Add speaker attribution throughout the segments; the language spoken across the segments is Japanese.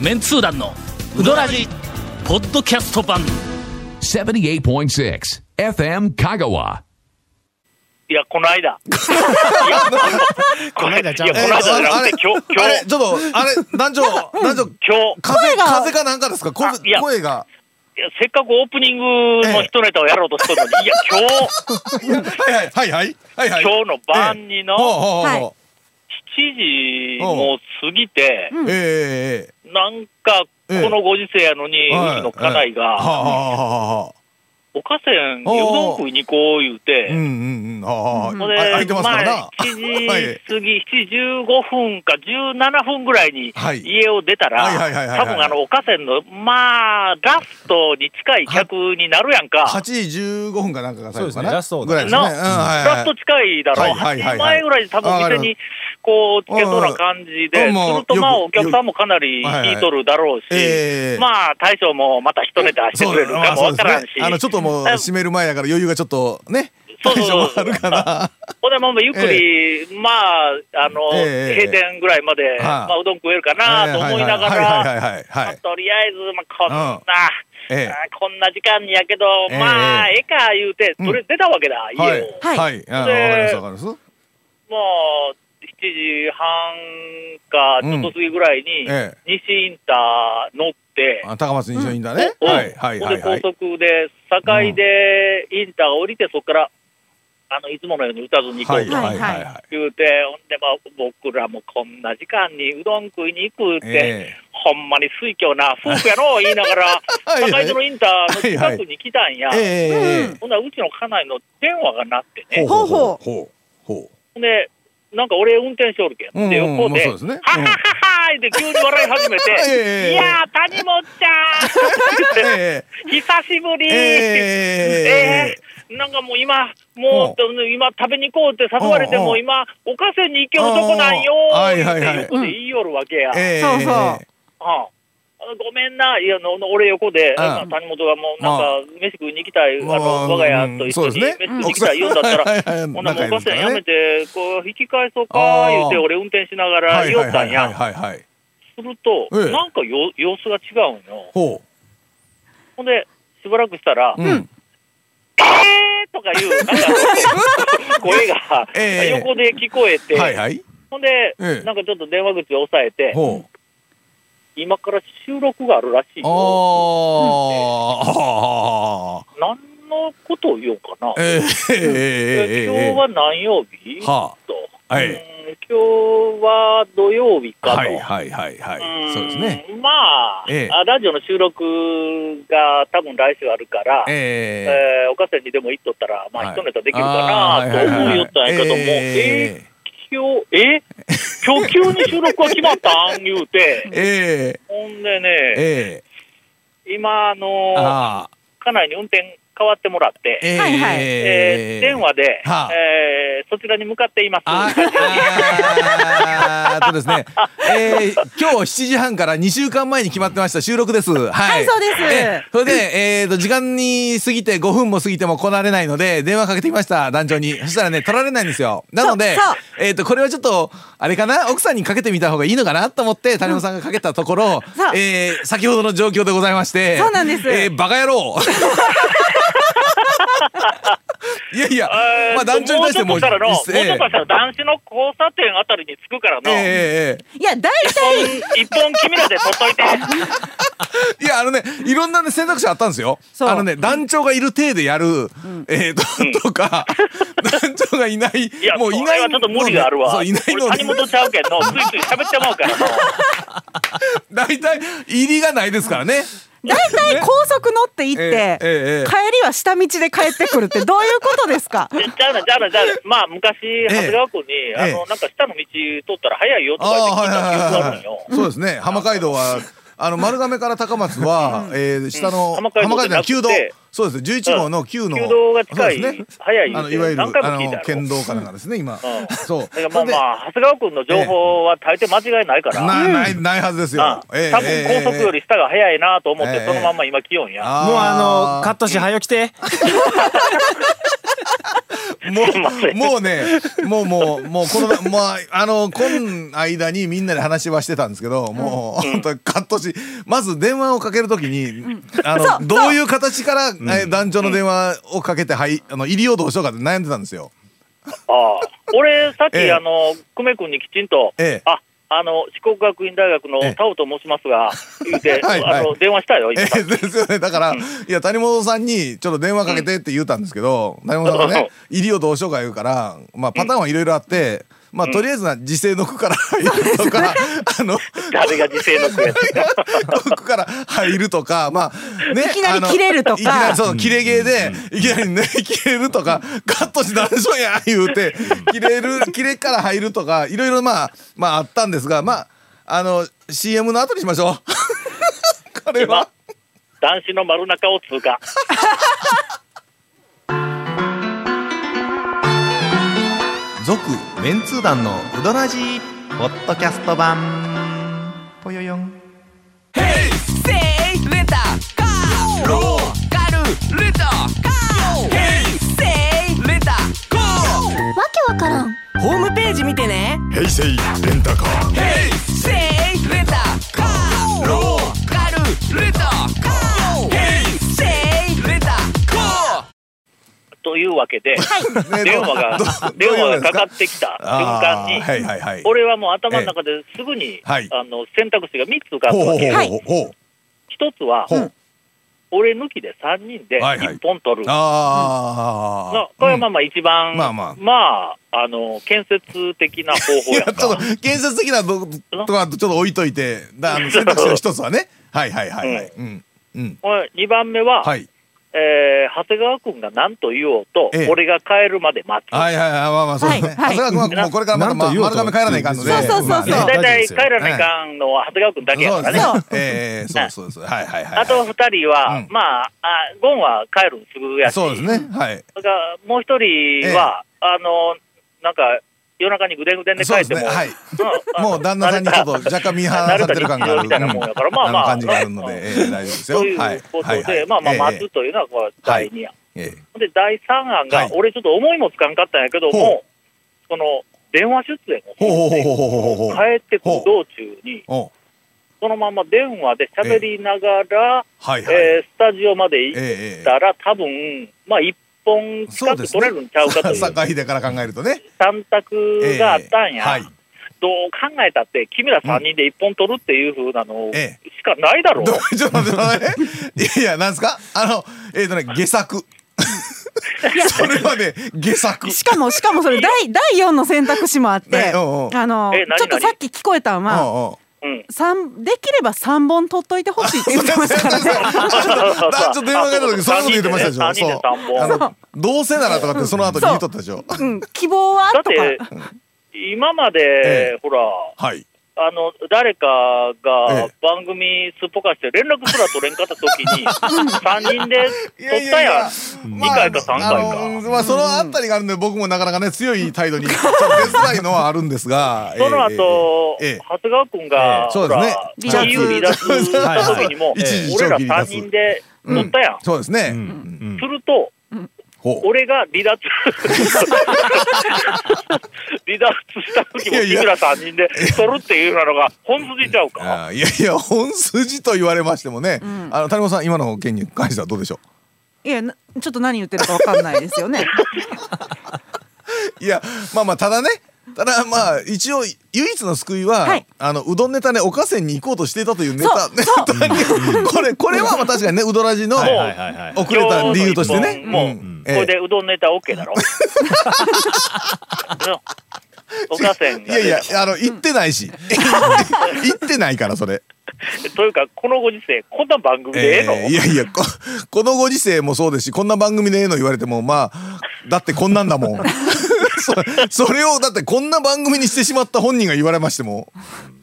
Speaker 1: メンツー団のウドラジポッドキャスト版
Speaker 2: 78.6 FM Kagawa.
Speaker 3: いや、この間。いや、この間
Speaker 4: 間ちゃ
Speaker 3: いうや、この間じゃな
Speaker 5: あ
Speaker 3: く
Speaker 5: れ
Speaker 3: て、今日、
Speaker 5: あ
Speaker 3: 今
Speaker 5: れ
Speaker 3: 日、
Speaker 5: ちょっとあれ男女男女
Speaker 3: 今日、
Speaker 5: 風風かなんかですか声
Speaker 3: あいや
Speaker 5: 声が
Speaker 3: いやせっかくオープニングの一ネタをやろうとしてるのに、いや、今
Speaker 5: はいはいはいはいは
Speaker 3: 日、
Speaker 5: い
Speaker 3: 今日の晩にの
Speaker 5: ほうほうほうほ
Speaker 3: 7時も過ぎて、
Speaker 5: うえええええ
Speaker 3: なんか、
Speaker 5: ええ
Speaker 3: このご時世やのに、
Speaker 5: えはいう
Speaker 3: ちの家内
Speaker 5: はあは
Speaker 3: が、
Speaker 5: あはあはあ
Speaker 3: おかせん、うどん食いに行こう言う
Speaker 5: うん
Speaker 3: て、
Speaker 5: うんうんはあはあ
Speaker 3: ほん
Speaker 5: あ空い
Speaker 3: で、
Speaker 5: てますから な
Speaker 3: 7
Speaker 5: はい
Speaker 3: 時過ぎ、7時15分か17分ぐらいに
Speaker 5: はい
Speaker 3: 家を出たら、
Speaker 5: はいはいはいはいは
Speaker 3: 多
Speaker 5: い
Speaker 3: 分あの、おかせんの、まあ、ラストに近い客になるやん
Speaker 5: 8
Speaker 3: か。
Speaker 5: 時15分かなんかが最後かな
Speaker 4: そうですねラストだ
Speaker 5: ぐらいですね
Speaker 3: な
Speaker 5: うんはいはい
Speaker 3: ラスト近いだろ、
Speaker 5: は
Speaker 3: う
Speaker 5: いはいはいはい
Speaker 3: 8時前ぐらいに多分店にこう、つけそうな感じで、
Speaker 5: う
Speaker 3: す
Speaker 5: んもう
Speaker 3: るとまあ
Speaker 5: よ
Speaker 3: お
Speaker 5: く
Speaker 3: 客さんもかなり
Speaker 5: はいはい
Speaker 3: 引いとるだろうし、
Speaker 5: ええ
Speaker 3: まあ大将もまた一ネタして
Speaker 5: そ
Speaker 3: く
Speaker 5: う
Speaker 3: れるかもわからんし
Speaker 5: まあそうですね、あのちょっともう
Speaker 3: あ
Speaker 5: 閉める前だから余裕がちょっとね
Speaker 3: そうそう
Speaker 5: 大丈夫あるかな
Speaker 3: ほんでもうゆっくり、まあ、あの、
Speaker 5: ええ
Speaker 3: 閉店ぐらいまで、まあうどん食えるかなと思いながら、
Speaker 5: はいはいはいはい
Speaker 3: ま
Speaker 5: は
Speaker 3: あ
Speaker 5: い
Speaker 3: とりあえず、まあこんな、
Speaker 5: え
Speaker 3: あこんな時間にやけど、まあ、
Speaker 5: え
Speaker 3: ええか言うて、
Speaker 5: うん
Speaker 3: それ出たわけだ、
Speaker 5: え
Speaker 3: 家を。
Speaker 5: はいはいはいあわかりますわかります
Speaker 3: もう、7時半か、ちょっと過ぎぐらいに、
Speaker 5: うんえ
Speaker 3: 西インター乗って、
Speaker 5: あ高松西のインターね、
Speaker 3: うん
Speaker 5: はいはいはいは
Speaker 3: ほんで
Speaker 5: い
Speaker 3: 高速で、堺でインターを降りて、そこから、あの、いつものように打たずに行こ
Speaker 5: は
Speaker 3: う
Speaker 5: い
Speaker 3: と
Speaker 5: はいはい
Speaker 6: はい
Speaker 5: はい
Speaker 3: 言うて、ほんで、まあ、僕らもこんな時間にうどん食いに行くって、
Speaker 5: え
Speaker 3: ほんまに水郷な夫婦や の、言いながら、
Speaker 5: はいはい
Speaker 3: 堺のインターの近くに来たんや。
Speaker 5: ええ
Speaker 3: ほんならうちの家内の電話が鳴って
Speaker 5: え
Speaker 3: ね。
Speaker 6: ほ
Speaker 5: う
Speaker 6: うほ
Speaker 5: ほうほ
Speaker 3: ほんで、なんか俺運転しおるけ
Speaker 5: うん
Speaker 3: ん。で、
Speaker 5: うん
Speaker 3: 横
Speaker 5: まあ
Speaker 3: で、
Speaker 5: そう
Speaker 3: は
Speaker 5: ですね
Speaker 3: はははーって急に笑い始め
Speaker 5: え
Speaker 3: て、
Speaker 5: え
Speaker 3: いやー、谷本ち
Speaker 5: う
Speaker 3: ゃん
Speaker 5: え
Speaker 3: 久しぶり
Speaker 5: ええ
Speaker 3: え
Speaker 5: ええ
Speaker 3: ーなんかもう今、もう、今食べに行こうって誘われて
Speaker 5: うんう
Speaker 3: も、
Speaker 5: ん
Speaker 3: 今、おかせに行けるとこなんよ
Speaker 5: う
Speaker 3: ー
Speaker 5: んは
Speaker 3: って
Speaker 5: いはいはい
Speaker 3: 横で言いよるわけや。
Speaker 5: ええ
Speaker 6: そうそう
Speaker 3: はあごめんな、いや、あの俺横で、
Speaker 5: ん
Speaker 3: なんか谷本がもう、なんか、飯食いに行きたい、あの、我が家と一緒に飯食いに行きたい言うんだったら、
Speaker 5: ら
Speaker 3: ほんなもうお母さんやめ
Speaker 5: て
Speaker 3: て、こう、引き返そうか、言うて、俺運転しながら言おったん
Speaker 5: はい
Speaker 3: や。
Speaker 5: はいはいはい
Speaker 3: すると、
Speaker 5: ええ
Speaker 3: なんかよ様子が違うんよ。
Speaker 5: ほ
Speaker 3: ほんで、しばらくしたら、
Speaker 5: う
Speaker 3: え
Speaker 5: ん
Speaker 3: ーとか言う、なんか あの声が
Speaker 5: ええ
Speaker 3: 横で聞こえて、
Speaker 5: はいはい
Speaker 3: ほんで、
Speaker 5: ええ
Speaker 3: なんかちょっと電話口を押さえて、
Speaker 5: ほう
Speaker 3: 今から収録があるらしいよ。
Speaker 5: あああ
Speaker 3: 何のことを言おうかな。
Speaker 5: ええ
Speaker 3: え
Speaker 5: ええええ
Speaker 3: 今日は何曜日
Speaker 5: は
Speaker 3: と、
Speaker 5: あは
Speaker 3: うん
Speaker 5: い
Speaker 3: 今日は土曜日かと。
Speaker 5: はいはいはいはいそうですね
Speaker 3: うんまあ、
Speaker 5: ええ
Speaker 3: あラジオの収録が多分来週あるから、え
Speaker 5: ええ
Speaker 3: ーお母さんにでも行っとったら、ま
Speaker 5: は
Speaker 3: あ、
Speaker 5: い
Speaker 3: 一ネタできるかなと思いよったんやけども、え
Speaker 5: え
Speaker 3: ー、今日、え今日急に収録が決まったん 言うて、
Speaker 5: え
Speaker 3: ほんで
Speaker 5: え
Speaker 3: ね、
Speaker 5: え
Speaker 3: 今、あ
Speaker 5: え
Speaker 3: の、
Speaker 5: ああ
Speaker 3: 家内に運転変わってもらって、
Speaker 5: え
Speaker 6: はいはい
Speaker 3: えー電話で、
Speaker 5: はあ
Speaker 3: えーそちらに向かっています。
Speaker 5: ああーとですね、えー、今日7時半から2週間前に決まってました収録です。はい、
Speaker 6: はいそうです
Speaker 5: えーそれで、えー、と時間に過ぎて5分も過ぎても来られないので電話かけてきました団長にそしたらね取られないんですよなので
Speaker 6: そうそう
Speaker 5: えー、とこれはちょっとあれかな奥さんにかけてみた方がいいのかなと思って谷本さんがかけたところ、
Speaker 6: そう
Speaker 5: えー先ほどの状況でございまして
Speaker 6: そうなんです
Speaker 5: えー、バカ野郎いやいや、
Speaker 3: えー
Speaker 5: まあ、団長に対しても
Speaker 3: もうちょっとしたらの、もう
Speaker 5: 一斉
Speaker 3: ちょっとしたら男子の交差点あたりに着くからの、
Speaker 5: えええ
Speaker 6: ういや大
Speaker 3: 一本、一本君らで取っ といて。
Speaker 5: えいやあのねいろんなね選択肢あったんですよ。
Speaker 6: そう
Speaker 5: あのね団長がいる体でやる、えー、と、と か団長がいない
Speaker 3: いや、
Speaker 5: もうい
Speaker 3: そ
Speaker 5: な
Speaker 3: れ
Speaker 5: い
Speaker 3: はちょっと無理があるわ。
Speaker 5: そういないの
Speaker 3: 俺谷本ちゃうけん の、ついつい喋ってまうからの。
Speaker 5: 大体入りがないですからね。
Speaker 6: 大体高速乗って行っ
Speaker 5: ええ
Speaker 6: て、
Speaker 5: ええ
Speaker 6: 帰りは下道で帰ってくるってどういうことですか
Speaker 3: でじゃあな、じゃあな、じゃあな、まあ、昔、長谷川君に、あの、なんか下の道通ったら早いよとか言って聞いた記憶があるんよ。
Speaker 5: そうですね浜街道はあの丸亀から高松は、えー、下の、
Speaker 3: うん
Speaker 5: 浜
Speaker 3: 浜
Speaker 5: 街
Speaker 3: 街
Speaker 5: 道
Speaker 3: 道
Speaker 5: の旧道
Speaker 3: じゃなくて
Speaker 5: そうです11号の旧の
Speaker 3: 旧道が近い
Speaker 5: そうですね
Speaker 3: 早い
Speaker 5: あのいわゆる
Speaker 3: 何回も
Speaker 5: あ
Speaker 3: 聞いたや
Speaker 5: の
Speaker 3: ろ
Speaker 5: 県道かなんかですね今、
Speaker 3: ん
Speaker 5: そう
Speaker 3: だからまあまあ、長谷川君の情報は大抵間違いないから。
Speaker 5: なないないはずですよ
Speaker 3: あ、多分高速より下が早いなと思って、
Speaker 5: ええ
Speaker 3: そのまんま今来よんや。
Speaker 4: もうあのカットし早よ来て
Speaker 5: も
Speaker 3: すいませ
Speaker 5: う、
Speaker 3: ん
Speaker 5: もうね、もうもう、もうこの、まあ、あの、こん間にみんなで話はしてたんですけど、もう、本当にカットし、まず電話をかけるときに、あ
Speaker 6: そうそ
Speaker 5: の、
Speaker 6: う
Speaker 5: どういう形から、え男女の電話をかけて、はい、あの、入りようどうしようかって悩んでたんですよ。
Speaker 3: ああ俺、さっき、
Speaker 5: ええ
Speaker 3: あの久米君にきちんと、
Speaker 5: ええ
Speaker 3: ああの四国学院大学の
Speaker 5: ええ
Speaker 3: タオと申しますが、言うて
Speaker 5: はいはい
Speaker 3: あの、電話したよ、
Speaker 5: え
Speaker 3: 今。
Speaker 5: え ですよね。だから、いや、谷本さんに、ちょっと電話かけてって言ったんですけど、谷本さんが ね、入りをどうしようか言うから、まあ、パターンはいろいろあって、まあ、とりあえずな、時勢の句 から入るとか、あの、
Speaker 3: 誰が時勢の声
Speaker 5: 遠くから入るとか、まあ、ね、
Speaker 6: いきなり
Speaker 5: あの
Speaker 6: 切れるとか
Speaker 5: いきなりそう、切れゲーで、いきなりね、切れるとか、カットして何しょんや、言うて、切れる、切れから入るとか、いろいろまあ、まああったんですが、まあ、あの、CM の後にしましょう。 これは。
Speaker 3: 男子の丸中を通過。
Speaker 5: 続、メンツー団のうどらじ
Speaker 4: ポッドキャスト版ぽよよん
Speaker 7: ホームページ見てね
Speaker 8: 平成レンタカー
Speaker 7: せいレタカーローカルレタカーヘイセイレタカー
Speaker 3: というわけ で、
Speaker 5: ね
Speaker 3: 電話
Speaker 5: ど
Speaker 3: が
Speaker 5: ど
Speaker 3: 電
Speaker 5: どうい
Speaker 3: 話
Speaker 5: うのです
Speaker 3: がかかってきた瞬
Speaker 5: あ
Speaker 3: 間
Speaker 5: ー
Speaker 3: に、
Speaker 5: はいはいはい。
Speaker 3: 俺はもう頭の中ですぐに、
Speaker 5: はい
Speaker 3: あの選択肢が3つ浮かぶ
Speaker 5: ほうほ
Speaker 3: わ
Speaker 5: う
Speaker 3: け。
Speaker 5: ほうほうほう。
Speaker 3: 一つは、
Speaker 5: ほう
Speaker 3: 俺抜きで3人で
Speaker 5: はいはい
Speaker 3: 1本取る。
Speaker 5: ああ
Speaker 3: な。これはまあまあ一番、
Speaker 5: うんま
Speaker 3: ま
Speaker 5: あ
Speaker 3: あ
Speaker 5: まあ
Speaker 3: あ、の、建設的な方
Speaker 5: い
Speaker 3: 法や
Speaker 5: や
Speaker 3: んか
Speaker 5: ちょっと建設的などとかちょっと置いといてだあの選択肢の一つはねはいはいはいはいうんうん
Speaker 3: これ2番目は、
Speaker 5: はい
Speaker 3: えー長谷川君が何と言おうと、
Speaker 5: ええ
Speaker 3: 俺が帰るまで待つ。
Speaker 5: はいはいはいまあまあそう
Speaker 6: は
Speaker 5: で
Speaker 6: い
Speaker 5: すね長
Speaker 6: はい
Speaker 5: 谷川君はもうこれからまだま
Speaker 9: なんと言おう
Speaker 5: 丸
Speaker 9: と
Speaker 5: 亀帰らないかんので
Speaker 6: そうそうそうそう
Speaker 5: まあね
Speaker 3: 大
Speaker 9: あ
Speaker 3: 体
Speaker 9: 大丈夫ですよ
Speaker 3: 帰らないかんのは長谷川君だけや
Speaker 5: そ
Speaker 3: から
Speaker 5: う
Speaker 3: ね。
Speaker 5: ですね
Speaker 6: そう
Speaker 5: ええそうそうそうはいはいはい
Speaker 3: あと2人は、
Speaker 5: うん
Speaker 3: まああ、ゴンは帰るのすぐやし、
Speaker 5: そうですねはい
Speaker 3: だからもう一人は、あの、なんか、夜中にぐでんぐでんで帰
Speaker 5: そうで
Speaker 3: っ
Speaker 5: す
Speaker 3: て
Speaker 5: ね
Speaker 3: も、
Speaker 5: はい
Speaker 3: うん
Speaker 5: もう旦那さんにちょっと若干見放されてる感がある
Speaker 3: 慣れた日常みたいなもんやから
Speaker 5: うん
Speaker 3: まあまあ
Speaker 5: の感じがあるのでええ大丈夫ですよ
Speaker 3: という
Speaker 5: はい
Speaker 3: こと
Speaker 5: はいは
Speaker 3: で
Speaker 5: い、
Speaker 3: まあまあ、待
Speaker 5: え
Speaker 3: つというのは、これ第2案。
Speaker 5: えええ
Speaker 3: で、第3案
Speaker 5: は
Speaker 3: が
Speaker 5: い、
Speaker 3: 俺ちょっと思いもつかんかったんやけど
Speaker 5: ほ
Speaker 3: も、その、電話出演
Speaker 5: ほう
Speaker 3: を
Speaker 5: ほうほうほうほうほうほう
Speaker 3: 帰ってくる道中に、
Speaker 5: お
Speaker 3: そのまま電話で喋りながら、
Speaker 5: はいはい
Speaker 3: えースタジオまで行っ
Speaker 5: え
Speaker 3: たら、多分、まあ、1本近く取れるんちゃうかという
Speaker 5: 坂秀から考えるとね、
Speaker 3: 3択があったん
Speaker 5: ええは
Speaker 3: や
Speaker 5: い。
Speaker 3: どう考えたって、君ら3人で1本取るっていうふうなの
Speaker 5: え
Speaker 3: しかないだろう
Speaker 5: ど。うちょっと待ってくださいね。いやいや、なんですかあの、えっ、とね、下作。それはね、下作。
Speaker 6: しかもしかもそれ第第四の選択肢もあって、
Speaker 5: ねうんうん
Speaker 6: あの
Speaker 3: え何
Speaker 6: ちょっとさっき聞こえたんは、
Speaker 5: うんう
Speaker 3: う
Speaker 5: ん
Speaker 3: ん
Speaker 6: 三できれば三本取っといてほしいって言ってましたからね。
Speaker 5: ちょっとちょっと電話がかかった時、そういうこと言ってましたでしょ。
Speaker 3: 三人でね三人で三
Speaker 5: そう。あの、どうせならとかって、その後に言うとったでしょ。
Speaker 6: うん、希望は
Speaker 3: だっ
Speaker 6: と
Speaker 3: て
Speaker 6: か。、
Speaker 3: 今ま
Speaker 5: え
Speaker 3: で、ほら、
Speaker 5: はい。
Speaker 3: あの、誰か
Speaker 5: え
Speaker 3: が
Speaker 5: え
Speaker 3: 番組すっぽかして連絡すら取れんかった時に、3人 で取ったやん。2回か3回
Speaker 5: まああの
Speaker 3: か。
Speaker 5: うんまあ、そのあたりがあるんで、僕もなかなかね、強い態 度に、ちょっと出づらいのはあるんですが。
Speaker 3: その後、
Speaker 5: ええええ
Speaker 3: 長谷川君
Speaker 5: え
Speaker 3: が
Speaker 5: え、そ
Speaker 3: ほ
Speaker 5: うですね
Speaker 3: ら、
Speaker 6: はい
Speaker 3: EU 離脱した時にも
Speaker 5: はいはい、
Speaker 3: 俺ら3人で取ったやん。
Speaker 5: そうですね。う
Speaker 9: うんん
Speaker 3: すると、
Speaker 5: ほう。
Speaker 3: 俺が離 脱、離脱した時も、君ら3人で取るっていうのが本筋ちゃうか。
Speaker 5: あーいやいや本筋と言われましてもね、あの谷本さん今の件に関してはどう でしょ
Speaker 6: いやなちょっと何言ってるかわかんないですよね。
Speaker 5: ういやまあまあただねただまあ一応唯一の救いは、
Speaker 6: はい
Speaker 5: あのうどんネタねおかせに行こうとしていたというネタ
Speaker 6: そ う
Speaker 5: ネ
Speaker 6: そう
Speaker 5: タにこれこれはまあ確かにねうどらじの
Speaker 9: はいはい
Speaker 5: 遅
Speaker 9: はいはい
Speaker 5: れた理由としてね
Speaker 3: 今日の一本
Speaker 5: ん
Speaker 3: これでうどんネタ OK だろのおかせん
Speaker 5: い
Speaker 3: が
Speaker 5: やい
Speaker 3: 出
Speaker 5: や
Speaker 3: た
Speaker 5: あの行ってな いし行ってないからそれ、
Speaker 3: というかこのご時世こんな番組 でええの、
Speaker 5: えーいやいやここのご時世もそうですしこんな番組でええの言われてもまあだってこんなんだもん そそれをだってこんな番組にしてしまった本人が言われましても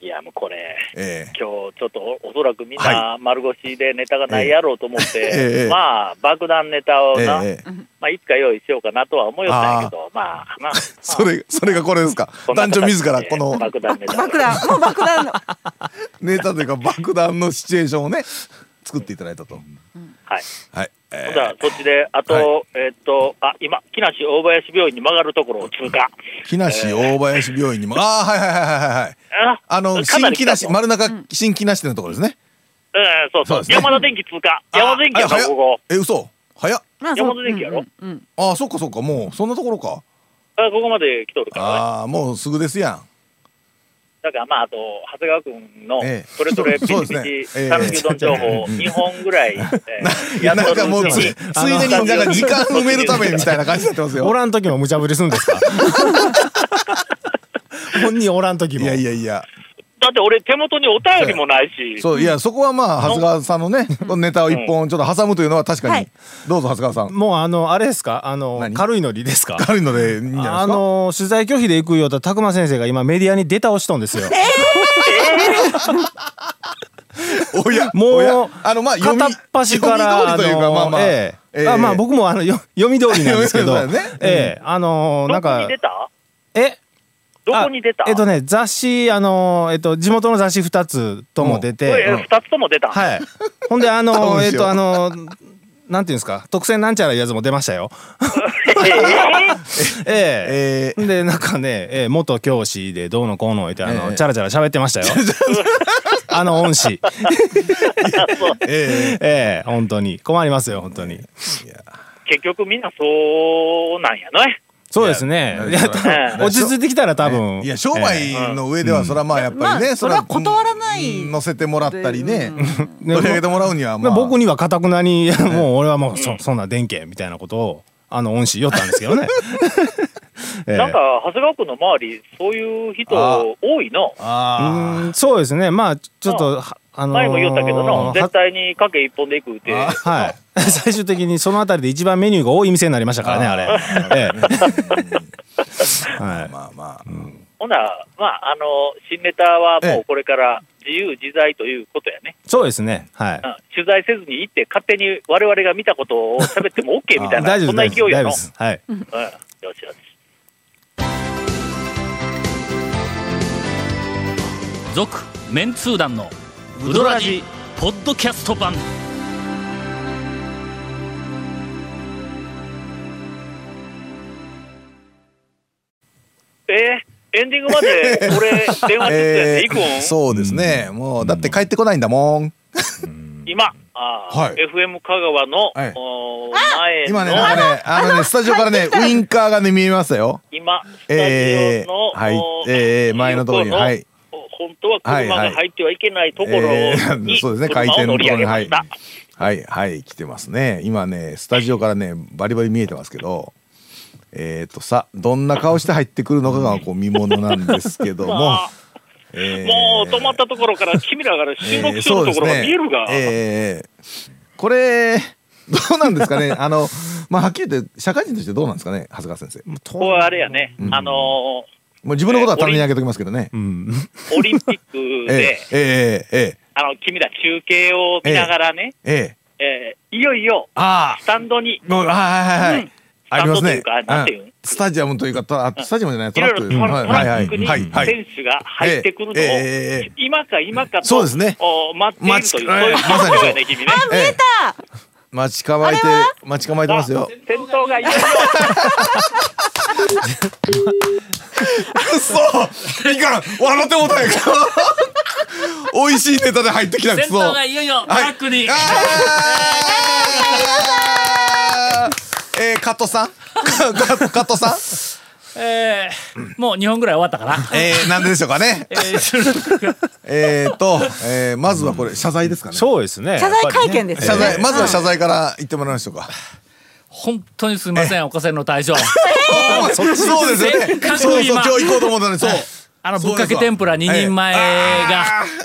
Speaker 3: いやもうこれ
Speaker 5: え
Speaker 3: 今日ちょっとおおそらくみん
Speaker 5: は
Speaker 3: な丸腰でネタがないやろうと思って、
Speaker 5: ええ
Speaker 3: まあ爆弾ネタを
Speaker 5: ええ
Speaker 3: な、
Speaker 5: ええ
Speaker 3: まあ、いつか用意しようかなとは思いよったんやけどまあまあ、まあ、
Speaker 5: それそれがこれですか
Speaker 3: こんな
Speaker 5: 団
Speaker 3: 形
Speaker 5: 長自らこの
Speaker 3: で爆弾ネタ
Speaker 6: 爆弾もう爆弾の
Speaker 5: ネタというか爆弾のシチュエーションをね作っていただいたと
Speaker 3: はい
Speaker 5: はい
Speaker 3: ほんだらそっちで、あと、
Speaker 5: は
Speaker 3: えっと、あ、今、木梨大林病院に曲がるところを通過。
Speaker 5: 木梨大林病院にも、ああ、はいはいはいはいはい。
Speaker 3: あ
Speaker 5: あの、
Speaker 3: かな
Speaker 5: 新
Speaker 3: り
Speaker 5: 木
Speaker 3: 来た
Speaker 5: 梨、
Speaker 3: ぞ
Speaker 5: 丸中、新木梨のところですね。
Speaker 3: うん、そうそ
Speaker 5: そうで
Speaker 3: う。
Speaker 5: すね
Speaker 3: 山田電機通過。
Speaker 5: あ
Speaker 3: 山田電機や
Speaker 5: あ
Speaker 3: ぞ、
Speaker 5: 早っ
Speaker 3: ここ。
Speaker 5: え、嘘早っ。
Speaker 6: まあ
Speaker 3: 山田電機やろ
Speaker 6: うんうん
Speaker 5: ああ、そっかそっか、もう、そんなところか。
Speaker 3: あここまで来とるからね。
Speaker 5: ああ、もうすぐですやん。
Speaker 3: だからまあ、あと、長谷川君の
Speaker 5: ええ、
Speaker 3: それぞれピ
Speaker 5: そう
Speaker 3: チ
Speaker 5: そう
Speaker 3: ピ
Speaker 5: で
Speaker 3: チ、
Speaker 5: すねええ
Speaker 3: 讃岐うどん情報を2本ぐらい、ええやっ
Speaker 5: な
Speaker 3: と
Speaker 5: ん
Speaker 3: る
Speaker 5: かもう
Speaker 3: うち
Speaker 5: つ、つ
Speaker 3: に
Speaker 5: い。でになんか時間埋めるためみたいな感じになってます
Speaker 9: お
Speaker 5: よ。
Speaker 9: らん時も無茶ぶりするんで すか本人おらん時
Speaker 5: い
Speaker 9: も
Speaker 5: やいやいや、
Speaker 3: だって俺、手元にお便りもないし。
Speaker 5: そう、いや、そこはまあ、長谷川さんのね、このネタを一本ちょっと挟むというのは確か
Speaker 6: は
Speaker 5: に
Speaker 6: い。
Speaker 5: どうぞ、長谷川さん。
Speaker 9: もうあのあれですかあの
Speaker 5: 何
Speaker 9: 軽いノリですか
Speaker 5: 軽いので、いいんじゃないですか。
Speaker 9: あの取材拒否で行くよと拓磨先生が今メディアに出倒しとんですよ
Speaker 5: おや、
Speaker 9: も
Speaker 5: おや
Speaker 9: う
Speaker 5: あの、まあ、読み
Speaker 9: 片っ端から
Speaker 5: 読み通りというか、まあまあ。
Speaker 9: ええ
Speaker 5: ええ
Speaker 9: あまあ僕もあのよ読み通りなんですけど
Speaker 5: 読み通りだよね
Speaker 9: ええあのな
Speaker 3: ど
Speaker 9: ん
Speaker 3: こ
Speaker 9: か
Speaker 3: に出た
Speaker 9: え
Speaker 3: どこに出た
Speaker 9: あえっとね雑誌あのえっと地元の雑誌2つとも出て、
Speaker 3: おい
Speaker 9: うん
Speaker 3: 二つとも出た。
Speaker 9: はいほんであ
Speaker 5: 頼むし
Speaker 9: の
Speaker 5: よ
Speaker 9: えっとあのなんていうんですか特選なんちゃらいうやつも出まし たよ
Speaker 3: ええ
Speaker 9: ええ
Speaker 5: ええ
Speaker 9: でなんかね、ええ元教師でどうのこうの言ってあの、
Speaker 5: ええ
Speaker 9: チャラチャラ喋って ましたよあの恩師
Speaker 5: え
Speaker 9: ええ本当に困りますよ本当に
Speaker 3: 結局みんなそうなんやね。
Speaker 9: そうですね
Speaker 5: いや
Speaker 9: いや多分
Speaker 3: ええ
Speaker 9: 落ち着いてきたら多
Speaker 5: え
Speaker 9: 分
Speaker 5: いや、商売の上では、それはまあ、やっぱり
Speaker 6: ま
Speaker 5: ね、
Speaker 6: あそれは断らない
Speaker 5: うん乗せてもらったりね
Speaker 6: で、
Speaker 5: 取り上げてもらうには、まあ。
Speaker 9: 僕にはかたくなにいやもう俺はもうそそんなでんけみたいなことをあの恩師言ったんですけど ね。ええ
Speaker 3: なんか、長谷川君の周り、そういう人
Speaker 5: あ
Speaker 3: 多いの。
Speaker 9: う
Speaker 5: あ
Speaker 9: ーんそうですねまあちょっとはあのー
Speaker 3: 前も言ったけどな、絶対に賭け一本で行くって。
Speaker 5: あ
Speaker 9: はい 最終的にそのあたりで一番メニューが多い店になりましたからねあれ。ええ は
Speaker 5: あ。
Speaker 9: い
Speaker 5: まあまあ。
Speaker 3: ほな、まあ、あの、新ネタは
Speaker 5: え
Speaker 3: も
Speaker 5: え
Speaker 3: うこれから自由自在ということやね。
Speaker 9: そうですねはい
Speaker 3: うん。取材せずに行って、勝手に我々が見たことを喋っても OK みたいな、
Speaker 9: 大丈
Speaker 3: そ
Speaker 9: 夫
Speaker 3: んな
Speaker 9: で
Speaker 3: 勢
Speaker 9: す
Speaker 3: いや
Speaker 9: 大丈夫
Speaker 3: の。
Speaker 9: ですはい
Speaker 3: うん。よしよし。
Speaker 1: 続メンツー団のウドラジポッドキャスト版
Speaker 3: えー、エンディングま で俺、電話して
Speaker 5: え
Speaker 3: 行くん
Speaker 5: え、そうですね。もう、だって帰ってこないんだもん。
Speaker 3: 今、あー
Speaker 5: はい
Speaker 3: FM 香川の、
Speaker 5: はい
Speaker 3: おー前の
Speaker 5: 今ね、なんかね、あのね、スタジオからね、ウインカーがね、見えましたよ。
Speaker 3: 今、スタジ
Speaker 5: ええ
Speaker 3: オの、
Speaker 5: はい
Speaker 3: おー
Speaker 5: ええ前の通りに
Speaker 3: 横
Speaker 5: はい
Speaker 3: 本当は車が入ってはいけないところに、
Speaker 5: えー そうですね、回
Speaker 3: 車
Speaker 5: 転
Speaker 3: を
Speaker 5: の
Speaker 3: 乗
Speaker 5: と
Speaker 3: り上
Speaker 5: ころに、
Speaker 3: げま
Speaker 5: はい
Speaker 3: した。。
Speaker 5: はい、はい、来てますね。今ね、スタジオからね、バリバリ見えてますけど。えっ、と、さ、どんな顔して入ってくるのかが、こう見ものなんですけど も。
Speaker 3: まあ
Speaker 5: えー
Speaker 3: もう止まったところから、君らが
Speaker 5: え
Speaker 3: 収
Speaker 5: ー
Speaker 3: 録してるところが見えるが、
Speaker 5: えーこれ、どうなんです かね、あの、まあ、はっきり言って、社会人としてどうなんですかね、長谷川先生。
Speaker 3: これはあれやね、あの
Speaker 5: もう自分のことは棚に上げときますけどね。
Speaker 9: うん
Speaker 3: ーオリンピック
Speaker 5: えー
Speaker 3: で、、
Speaker 5: えー、えー、
Speaker 3: あの君ら中継を見ながらね、
Speaker 5: えー、えー、
Speaker 3: えーいよいよ
Speaker 5: ああ。
Speaker 3: スタンドに、
Speaker 5: もう、はいはいはい。
Speaker 3: うん
Speaker 5: ありますね。
Speaker 3: スタンドというかなんていうん
Speaker 5: スタジアムというか、トラスタジアムじゃない、
Speaker 3: い
Speaker 5: ト
Speaker 3: ろい
Speaker 5: ラック
Speaker 3: ろ
Speaker 5: です
Speaker 3: ト
Speaker 5: ね。
Speaker 3: ラトラックに
Speaker 5: はいはい
Speaker 3: 選手が入ってくるのを
Speaker 5: ええええええ、
Speaker 3: 今か今か
Speaker 5: そう
Speaker 3: と
Speaker 5: ですね
Speaker 3: お待っているという、
Speaker 5: 待ち
Speaker 3: そういう
Speaker 5: まさにそう
Speaker 3: 状況やね、君ね。
Speaker 5: ええ
Speaker 6: た
Speaker 5: 待ち構えて
Speaker 6: あれは、
Speaker 5: 待ち構えてますよ。
Speaker 3: 先頭がいよいよ
Speaker 5: そういかん笑ってもうたんやけど。美味しいネタで入ってきた
Speaker 1: 先頭がいよいよトラックに、
Speaker 5: あーえー、加藤 さんかか加藤さん
Speaker 1: えーもう2本ぐらい終わったかな
Speaker 5: えー、なんででしょうかね
Speaker 1: えー
Speaker 5: えーと、えー、まずはこれ、謝罪ですかね。
Speaker 9: そうですね
Speaker 6: 謝罪会見
Speaker 9: で
Speaker 6: です
Speaker 5: 謝
Speaker 6: よ
Speaker 5: 罪、まずは謝罪から言ってもらいましょうか。
Speaker 1: 本当にすみませんお子さんの対 象
Speaker 5: そうですよ
Speaker 1: せっ
Speaker 5: ね
Speaker 1: か。く
Speaker 5: そうそう、
Speaker 1: 今
Speaker 5: 今日行こうと思ったのに、そう。
Speaker 1: あの
Speaker 5: そう
Speaker 1: ぶ
Speaker 5: で
Speaker 1: っ
Speaker 5: すわ
Speaker 1: かけ天ぷら2人前が
Speaker 5: え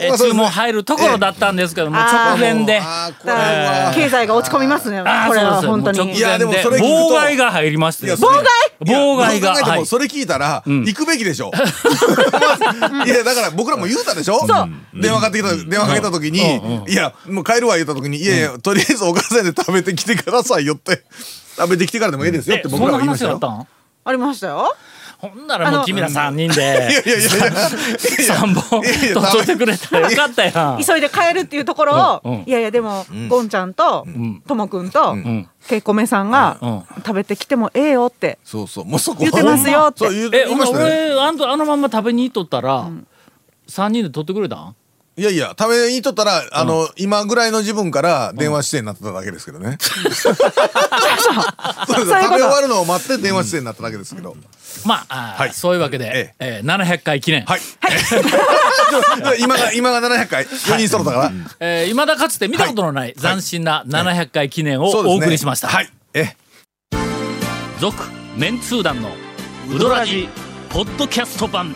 Speaker 5: え
Speaker 1: え
Speaker 5: あー
Speaker 1: ー注文入るところだったんですけども直前で
Speaker 5: あーこれ
Speaker 6: だから
Speaker 5: は
Speaker 6: 経済が落ち込みますね
Speaker 1: あー
Speaker 6: これは
Speaker 1: そうそ
Speaker 6: 本当
Speaker 1: うそう
Speaker 6: に
Speaker 5: いやでもそれ聞くと
Speaker 1: 妨害が入りまして
Speaker 5: いや
Speaker 1: ですね妨害
Speaker 5: どう
Speaker 1: が
Speaker 5: 考えて
Speaker 1: は
Speaker 5: も
Speaker 1: い
Speaker 5: それ聞いたら行くべきでしょ。いやだから僕らも言うたでしょ。電話かけてきた電話かけた時にいやもう帰るわ言った時にいやいやとりあえずお母さんで食べてきてくださいよって食べてきてからでもいいですよっ
Speaker 1: え
Speaker 5: て
Speaker 1: そ
Speaker 5: 僕
Speaker 1: ん
Speaker 5: ら
Speaker 1: な
Speaker 5: は言いまし
Speaker 1: 話
Speaker 5: た
Speaker 1: だっ
Speaker 5: よ
Speaker 1: た。ん
Speaker 6: ありましたよ
Speaker 1: ほんならもう君ら3人で
Speaker 5: いやいやいや
Speaker 1: 3本
Speaker 5: いやいや
Speaker 1: 取っといてくれたらよかったやん。
Speaker 6: 急いで帰るっていうところ
Speaker 1: うんうん
Speaker 6: をいやいやでもゴンちゃんと
Speaker 1: ん
Speaker 6: ともくんと
Speaker 1: ん
Speaker 6: けいこめさんが
Speaker 1: うん
Speaker 6: 食べてきてもええよって
Speaker 5: そうそうもうそこ
Speaker 6: 言ってますよって
Speaker 5: そう言う
Speaker 1: え、
Speaker 5: 言い
Speaker 1: 今
Speaker 5: ましたね
Speaker 1: 俺あのあのまんま食べに行っとったら、三人で取ってくれたん？
Speaker 5: いやいや食べに行っとったらあの、今ぐらいの自分から電話してになってただけですけ どね、そうです
Speaker 6: そういうこと
Speaker 5: 食べ終わるのを待って電話してになっただけですけど、
Speaker 1: まあ、あー
Speaker 5: はい
Speaker 1: そういうわけで、えー700回記念、
Speaker 5: はい、今が今が700回4人揃ったから、
Speaker 1: えー、未だかつて見たことのない斬新な700回記念を
Speaker 5: そうです
Speaker 1: お
Speaker 5: ね
Speaker 1: 送りしました。
Speaker 5: はいえ
Speaker 1: 続メンツー団のウドラジポッドキャスト版